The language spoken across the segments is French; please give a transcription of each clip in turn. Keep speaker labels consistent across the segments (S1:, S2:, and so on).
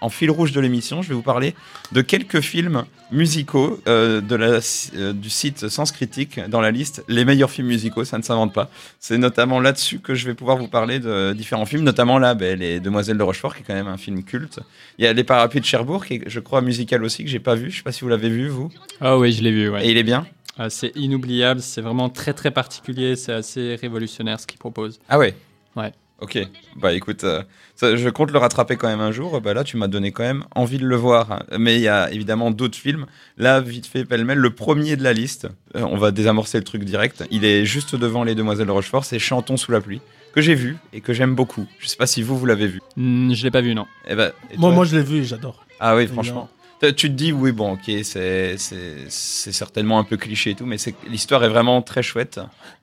S1: en fil rouge de l'émission, je vais vous parler de quelques films musicaux euh, de la, euh, du site Sens Critique dans la liste Les meilleurs films musicaux, ça ne s'invente pas. C'est notamment là-dessus que je vais pouvoir vous parler de différents films, notamment là, ben, Les Demoiselles de Rochefort, qui est quand même un film culte. Il y a Les Parapluies de Cherbourg, qui est, je crois, musical aussi, que j'ai pas vu. Je sais pas si vous l'avez vu, vous.
S2: Ah oui, je l'ai vu, ouais.
S1: Et il est bien
S2: Euh, c'est inoubliable, c'est vraiment très très particulier, c'est assez révolutionnaire ce qu'il propose.
S1: Ah ouais
S2: Ouais.
S1: Ok, bah écoute, euh, ça, je compte le rattraper quand même un jour. Bah là, tu m'as donné quand même envie de le voir. hein. Mais il y a évidemment d'autres films. Là, vite fait, pêle-mêle, le premier de la liste, euh, on va désamorcer le truc direct. Il est juste devant Les Demoiselles de Rochefort, c'est Chantons sous la pluie, que j'ai vu et que j'aime beaucoup. Je sais pas si vous, vous l'avez vu.
S2: Hmm, je l'ai pas vu, non.
S1: Eh ben, et
S3: Moi,
S1: toi
S3: moi, je l'ai vu et j'adore.
S1: Ah oui, franchement. Tu tu te dis, oui, bon, ok, c'est c'est- c'est certainement un peu cliché et tout, mais c'est- l'histoire est vraiment très chouette.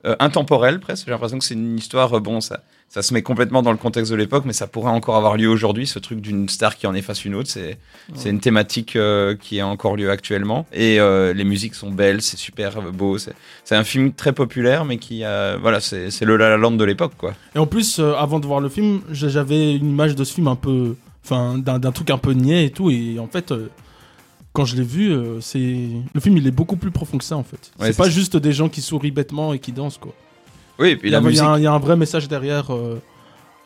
S1: Euh, intemporelle, presque. J'ai l'impression que c'est une histoire, euh, bon, ça, ça se met complètement dans le contexte de l'époque, mais ça pourrait encore avoir lieu aujourd'hui, ce truc d'une star qui en efface une autre. C'est c'est une thématique euh, qui a encore lieu actuellement. Et euh, les musiques sont belles, c'est super euh, beau. C'est c'est un film très populaire, mais qui, euh, voilà, c'est c'est le La La Land de l'époque, quoi.
S3: Et en plus, euh, avant de voir le film, j'a- j'avais une image de ce film un peu. Enfin, d'un d'un truc un peu niais et tout. Et en fait, euh, quand je l'ai vu, euh, c'est. Le film, il est beaucoup plus profond que ça, en fait.
S1: Ouais,
S3: c'est pas
S1: c'est-
S3: juste des gens qui sourient bêtement et qui dansent, quoi.
S1: Oui, et puis
S3: Il y,
S1: la
S3: a, il y
S1: musique.
S3: a un- il y a un vrai message derrière euh,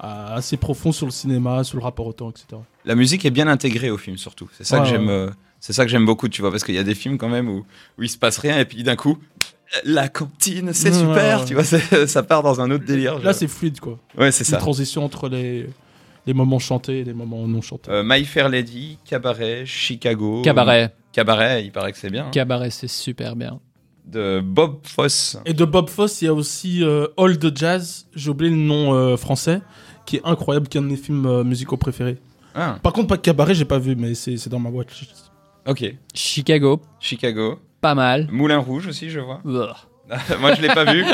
S3: euh, assez profond sur le cinéma, sur le rapport au temps, etc.
S1: la musique est bien intégrée au film surtout. C'est ça
S3: Ouais,
S1: que
S3: ouais.
S1: j'aime. euh, C'est ça que j'aime beaucoup, tu vois, parce qu'il y a des films quand même où, où il se passe rien et puis d'un coup, la cantine, c'est
S3: Ouais,
S1: super,
S3: ouais,
S1: tu vois, c'est- ça part dans un autre délire.
S3: Là,
S1: je-
S3: c'est fluide, quoi.
S1: ouais, c'est
S3: Une
S1: ça.
S3: transition entre les, les moments chantés et les moments non chantés.
S1: Euh, My Fair Lady, Cabaret, Chicago.
S2: Cabaret.
S1: Cabaret, il paraît que c'est bien. hein,
S2: Cabaret, c'est super bien.
S1: de Bob Fosse.
S3: Et de Bob Fosse, il y a aussi euh, All the Jazz, j'ai oublié le nom euh, français, qui est incroyable, qui est un de mes films euh, musicaux préférés.
S1: Ah,
S3: Par contre, pas de cabaret, j'ai pas vu, mais c'est c'est dans ma watch.
S1: ok.
S2: Chicago,
S1: Chicago.
S2: pas mal. Bah,
S1: Moulin Rouge aussi, je vois.
S2: Ugh.
S1: Moi, je l'ai pas vu.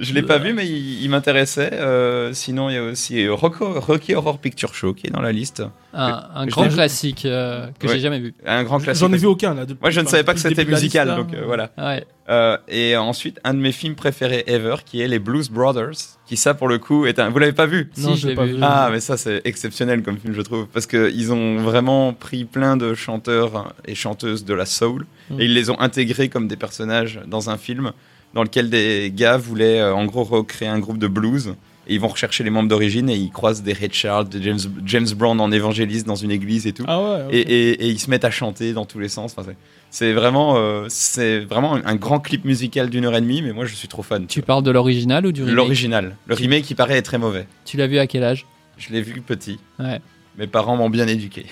S1: Je l'ai pas vu, mais il, il m'intéressait. Euh, sinon, il y a aussi Rocco- Rocky Horror Picture Show qui est dans la liste.
S2: Un, un
S1: Je l'ai
S2: grand
S1: vu.
S2: classique euh, que
S1: Ouais.
S2: j'ai jamais vu.
S1: Un grand classique.
S3: J'en ai vu aucun, là. depuis-
S1: Moi, je ne
S3: enfin,
S1: savais pas que
S3: depuis le
S1: c'était
S3: début de la
S1: musical,
S3: liste, là.
S1: donc euh, voilà.
S2: Ah Ouais.
S1: Euh, et ensuite, un de mes films préférés ever, qui est les Blues Brothers, qui ça, pour le coup, est un... Vous l'avez pas vu
S2: Si,
S3: Non,
S2: je
S3: je
S2: l'ai
S3: l'ai pas
S2: vu.
S3: vu.
S1: Ah, mais ça, c'est exceptionnel comme film, je trouve, parce que ils ont vraiment pris plein de chanteurs et chanteuses de la soul,
S3: Mm.
S1: et ils les ont intégrés comme des personnages dans un film dans lequel des gars voulaient, euh, en gros, recréer un groupe de blues. Et ils vont rechercher les membres d'origine et ils croisent des Ray Charles, des James, James Brown en évangéliste dans une église et tout
S3: Ah ouais, ok.
S1: et, et- et ils se mettent à chanter dans tous les sens. Enfin, c'est- c'est vraiment, euh, c'est vraiment un, un grand clip musical d'une heure et demie, mais moi je suis trop fan.
S2: Tu parles de l'original ou du remake
S1: L'original, le remake qui paraît est très mauvais.
S2: Tu l'as vu à quel âge
S1: Je l'ai vu petit.
S2: Ouais.
S1: Mes parents m'ont bien éduqué.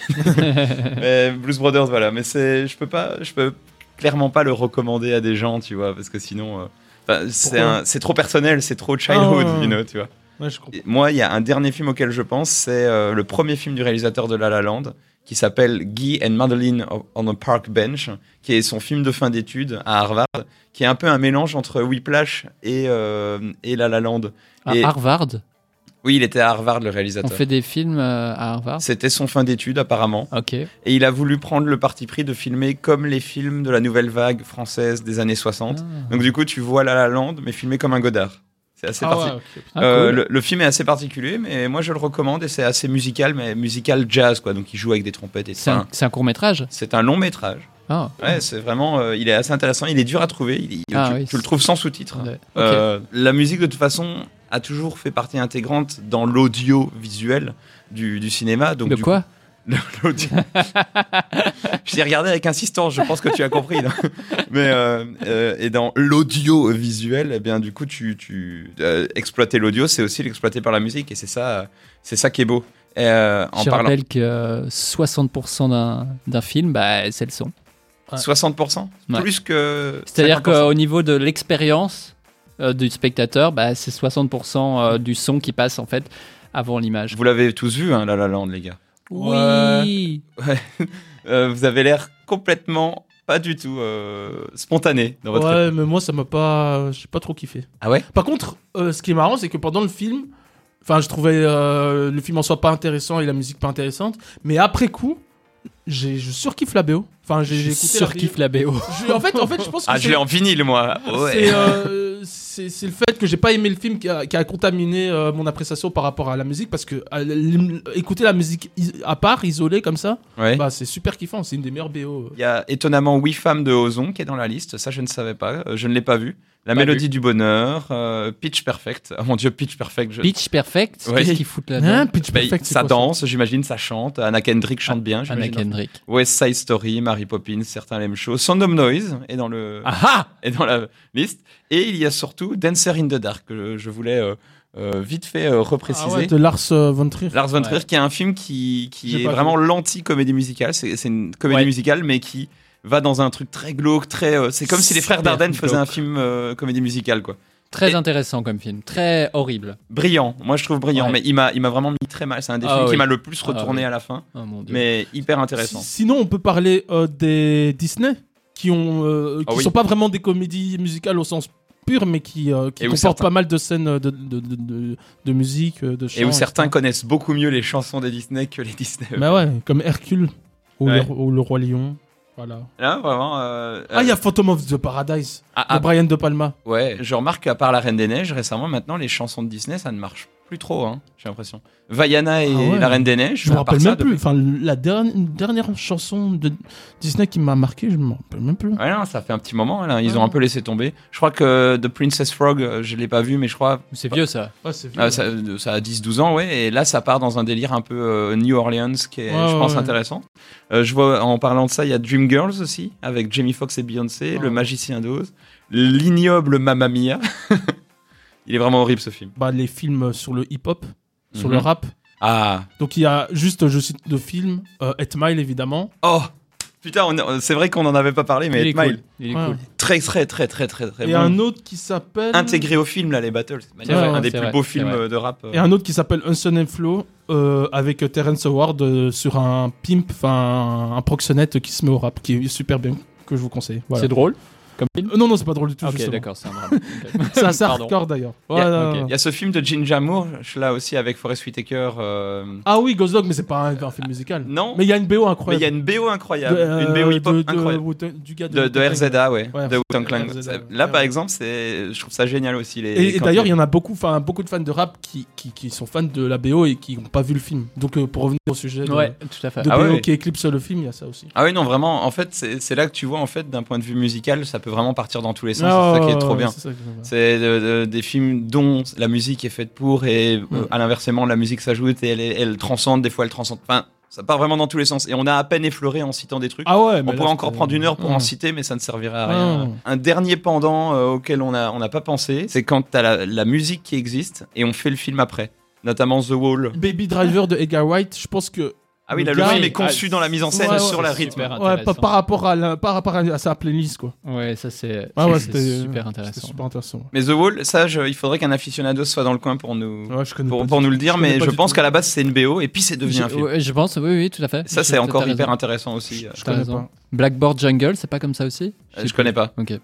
S1: mais Blues Brothers, voilà. Mais c'est, je peux pas, je peux clairement pas le recommander à des gens, tu vois, parce que sinon, euh, enfin, c'est
S3: Pourquoi
S1: un- c'est trop personnel, c'est trop childhood,
S3: Ah.
S1: you know, tu vois.
S3: Ouais, je comprends.
S1: Et Moi, il y a un dernier film auquel je pense, c'est euh, le premier film du réalisateur de La La Land, qui s'appelle Guy and Madeline on a Park Bench, qui est son film de fin d'études à Harvard, qui est un peu un mélange entre Whiplash et, euh, et La La Land.
S2: À
S1: Et-
S2: Harvard
S1: Oui, il était à Harvard, le
S2: On
S1: réalisateur.
S2: fait des films euh, à Harvard
S1: C'était son fin d'études, apparemment.
S2: Ok.
S1: Et il a voulu prendre le parti pris de filmer comme les films de la nouvelle vague française des années 60.
S2: Ah.
S1: Donc, du coup, tu vois La La Land, mais filmé comme un Godard. C'est assez
S3: Ah
S1: parti-
S3: ouais, ok.
S2: Ah,
S1: Euh,
S2: cool.
S1: le, le film est assez particulier, mais moi je le recommande et c'est assez musical, mais musical jazz quoi. Donc il joue avec des trompettes et
S2: C'est
S1: ça.
S2: un, c'est un court métrage
S1: C'est un long métrage.
S2: Ah.
S1: Ouais, c'est vraiment, euh, il est assez intéressant. Il est dur à trouver. il- il-
S2: Ah
S1: tu,
S2: oui,
S1: tu le
S2: c'est-
S1: trouves sans sous-titres.
S2: Ouais. Ok.
S1: Euh, la musique de toute façon a toujours fait partie intégrante dans l'audio visuel du, du cinéma. Donc
S2: de
S1: du
S2: quoi
S1: L'audio. je t'ai regardé avec insistance, je pense que tu as compris. non Mais euh, euh, et dans l'audiovisuel, eh bien du coup, tu, tu euh, exploiter l'audio, c'est aussi l'exploiter par la musique, et c'est ça, c'est ça qui est beau. Et, euh, en
S2: Je
S1: parlant,
S2: rappelle que euh, 60% d'un- d'un film, bah, c'est le son.
S1: 60
S2: Ouais.
S1: plus que.
S2: C'est-à-dire
S1: 50%.
S2: qu'au niveau de l'expérience euh, du spectateur, bah, c'est 60% euh, du son qui passe en fait avant
S3: euh,
S2: l'image.
S1: vous l'avez tous vu, hein, La La Land, les gars.
S2: Oui
S1: Euh, vous avez l'air complètement pas du tout euh, spontané dans votre.
S3: Ouais, mais moi, ça m'a pas. J'ai pas trop kiffé.
S1: Ah ouais
S3: Par contre, euh, ce qui est marrant, c'est que pendant le film, enfin, je trouvais euh, le film en soi pas intéressant et la musique pas intéressante, mais après coup, j'ai je surkiffe la BO. Enfin, j'ai j'ai écouté
S2: Surkiffe la BO.
S3: la BO. Je- en fait, en fait, je pense que
S1: Ah, je
S3: c'est
S1: l'ai en vinyle moi. Ouais.
S3: c'est, euh, c'est c'est le fait que j'ai pas aimé le film qui a, qui a contaminé euh, mon appréciation par rapport à la musique parce que à l- écouter la musique is- à part, isolée comme ça,
S1: Ouais.
S3: bah, c'est super kiffant, c'est une des meilleures euh, BO.
S1: Il y a étonnamment huit femmes de Ozon qui est dans la liste. Ça, je ne savais pas. Euh, Je ne l'ai pas vu. La
S2: Pas
S1: Mélodie du Bonheur, euh, Pitch Perfect. Ah mon dieu, Pitch Perfect. je-
S2: Pitch Perfect,
S1: Ouais.
S2: qu'est-ce qu'ils foutent là-dedans
S3: Hein, Pitch
S1: Bah,
S3: Perfect, c'est
S1: ça
S3: quoi,
S1: danse, j'imagine, ça chante. Anna Kendrick chante bien.
S2: Anna
S1: j'imagine.
S2: Kendrick.
S1: West Side Story, Mary Poppins, certains l'aiment chaud. Sound of Noise est dans, le,
S2: Ah ah
S1: est dans la liste. Et il y a surtout Dancer in the Dark, que je voulais euh, euh, vite fait euh, repréciser.
S3: Ah ouais, de Lars euh, von Trier.
S1: Lars von Trier,
S2: Ouais.
S1: qui est un film qui, qui
S3: J'ai
S1: est
S3: pas vu.
S1: vraiment l'anti-comédie musicale. C'est c'est une comédie
S2: Ouais.
S1: musicale, mais qui va dans un truc très glauque, très. euh, c'est comme si les frères
S2: Super
S1: Dardenne faisaient un
S2: glauque.
S1: film euh, comédie musicale, quoi.
S2: Très
S1: Et-
S2: intéressant comme film, très horrible.
S1: Brillant. Moi, je trouve brillant,
S2: Ouais.
S1: mais il m'a il m'a vraiment mis très mal. C'est un des
S2: Ah
S1: films qui
S2: oui.
S1: m'a le plus
S2: Ah
S1: retourné
S2: oui.
S1: à la fin,
S2: Oh mon dieu.
S1: mais hyper intéressant.
S3: Si- Sinon, on peut parler euh, des Disney qui ont, euh, qui
S1: Ah oui.
S3: sont pas vraiment des comédies musicales au sens pur, mais qui, euh, qui
S1: Et où
S3: comportent
S1: certains-
S3: pas mal de scènes euh, de, de, de, de- de musique, euh, de chant.
S1: Et où certains
S3: etc.
S1: connaissent beaucoup mieux les chansons des Disney que les Disney.
S3: Bah ouais, comme Hercule ou,
S1: Ouais.
S3: le, ou le Roi Lion. Voilà.
S1: Là, vraiment. euh,
S3: Ah, il y
S1: euh,
S3: a Phantom of the Paradise
S1: ah,
S3: de
S1: ah,
S3: Brian De Palma.
S1: ouais, je remarque qu'à part La Reine des Neiges, récemment, maintenant, les chansons de Disney, ça ne marche plus trop, hein, j'ai l'impression. Vaiana et
S3: Ah ouais.
S1: La Reine des Neiges,
S3: Je me
S1: à part
S3: rappelle
S1: ça,
S3: même plus.
S1: depuis-
S3: Enfin, la dernière, dernière chanson de Disney qui m'a marqué, je me rappelle même plus.
S1: Ouais, non, ça fait un petit moment, là, ils ont
S3: Ah.
S1: un peu laissé tomber. Je crois que The Princess Frog, euh, je l'ai pas vu, mais je crois.
S2: C'est vieux ça.
S3: Ouais, c'est
S1: euh, ça, euh, ça a 10-12 ans, ouais, et là ça part dans un délire un peu euh, New Orleans qui est,
S3: Ouais,
S1: je pense,
S3: ouais.
S1: intéressant. Euh, je vois en parlant de ça, il y a Dreamgirls aussi, avec Jamie Foxx et Beyoncé,
S3: Ah
S1: Le
S3: ouais.
S1: Magicien d'Oz, l'ignoble Mamma Mia. il est vraiment horrible ce film.
S3: bah, les films sur le hip-hop, sur le
S1: Mhm.
S3: rap.
S1: Ah,
S3: Donc il y a juste, je cite deux films, euh, Eight Mile évidemment.
S1: Oh Putain, on- on- c'est vrai qu'on n'en avait pas parlé, mais
S2: il est
S1: Eight Mile,
S2: cool. Il est
S3: Ouais.
S2: cool.
S1: très très très très très très
S3: et
S1: bon.
S3: un autre qui s'appelle
S1: Intégré au film, là, les battles. C'est magnifique.
S3: vrai,
S1: un des
S2: c'est
S1: plus
S2: vrai,
S1: beaux
S2: c'est
S1: films
S2: vrai.
S1: euh, de rap. euh.
S3: et un autre qui s'appelle Unson and Flow euh, avec Terrence Howard euh, sur un pimp, enfin un proxénète qui se met au rap, qui est super bien, que je vous conseille. Voilà.
S2: C'est drôle comme film.
S3: Euh, non non c'est pas drôle du tout.
S2: Ok,
S3: justement.
S2: d'accord, c'est un drame. Ok.
S3: C'est assez
S2: Pardon.
S3: hardcore d'ailleurs.
S1: Yeah,
S3: Ouais,
S2: ok.
S3: ouais, ouais.
S1: Il y a ce film de Ginger Moore, je suis là aussi avec Forest Whitaker. euh,
S3: Ah oui Ghost Dog mais c'est pas un, un film musical.
S1: Non,
S3: Mais il y a une BO
S1: mais il y a
S3: incroyable.
S1: une BO incroyable,
S3: De, euh,
S1: une BO hip-hop
S3: de- de-
S1: incroyable.
S3: Wu-Tang- du gars de,
S1: De, de
S3: Wu-Tang.
S1: RZA, ouais,
S3: Ouais,
S1: de Wu-Tang Clan.
S3: RZA, ouais.
S1: Là, par
S3: Ouais.
S1: exemple, c'est, je trouve ça génial aussi. Les,
S3: Et,
S1: les-
S3: et d'ailleurs, il y en a beaucoup, enfin beaucoup de fans de rap qui, qui, qui sont fans de la BO et qui n'ont pas vu le film. Donc euh, pour revenir au sujet de,
S2: Ouais, tout à fait.
S3: de
S1: Ah
S3: BO
S1: ouais.
S3: qui éclipse le film, il y a ça aussi.
S1: Ah oui, non, vraiment, en fait, c'est c'est là que tu vois, en fait, d'un point de vue musical, ça peut vraiment partir dans tous les sens,
S3: Ah,
S1: c'est ça qui est
S3: ouais,
S1: trop
S3: ouais,
S1: bien.
S3: c'est ça que j'aime bien.
S1: C'est de- de- des films dont la musique est faite pour et euh,
S3: Ouais.
S1: à l'inversement, la musique s'ajoute et elle, est- elle transcende, des fois elle transcende. Enfin, ça part vraiment dans tous les sens. Et on a à peine effleuré en citant des trucs.
S3: Ah ouais,
S1: on
S3: mais
S1: pourrait
S3: là,
S1: encore
S3: c'est-
S1: prendre une heure pour
S3: Ouais.
S1: en citer, mais ça ne servirait à
S3: Ouais,
S1: rien.
S3: ouais.
S1: Un dernier pendant euh, auquel on n'a on n'a pas pensé, c'est quand t'as la, la musique qui existe et on fait le film après. Notamment The Wall.
S3: Baby Driver de Edgar White, je pense que
S1: Ah oui, là,
S3: Le
S1: le
S3: gars,
S1: film est
S2: il-
S1: conçu
S2: ah,
S1: dans la mise en scène
S3: ouais, ouais,
S1: sur
S3: c'est
S1: la
S2: super
S1: rythme.
S2: intéressant.
S3: ouais, par, par rapport à la- par rapport à sa playlist quoi.
S2: Ouais, ça c'est
S3: Ah ouais,
S2: c'est-
S3: c'était
S2: c'est super
S3: c'était
S2: intéressant.
S3: super intéressant. ouais.
S1: Mais The Wall, ça, je- il faudrait qu'un aficionado soit dans le coin pour nous,
S3: Ouais, je connais
S1: pour,
S3: pas
S1: pour
S3: du
S1: nous le
S3: tout.
S1: dire,
S3: Je connais
S1: mais
S3: pas
S1: je
S3: du
S1: pense
S3: tout.
S1: qu'à la base, c'est une BO et puis c'est devenu un
S2: Je-
S1: film.
S2: ouais, je pense, oui, oui, tout à fait.
S1: Ça, c'est
S2: T'as
S1: encore
S2: raison.
S1: hyper intéressant aussi.
S3: Je
S2: T'as
S3: connais
S2: raison.
S3: pas.
S2: Blackboard Jungle, c'est pas comme ça aussi
S1: Euh, Je connais pas.
S2: Ok.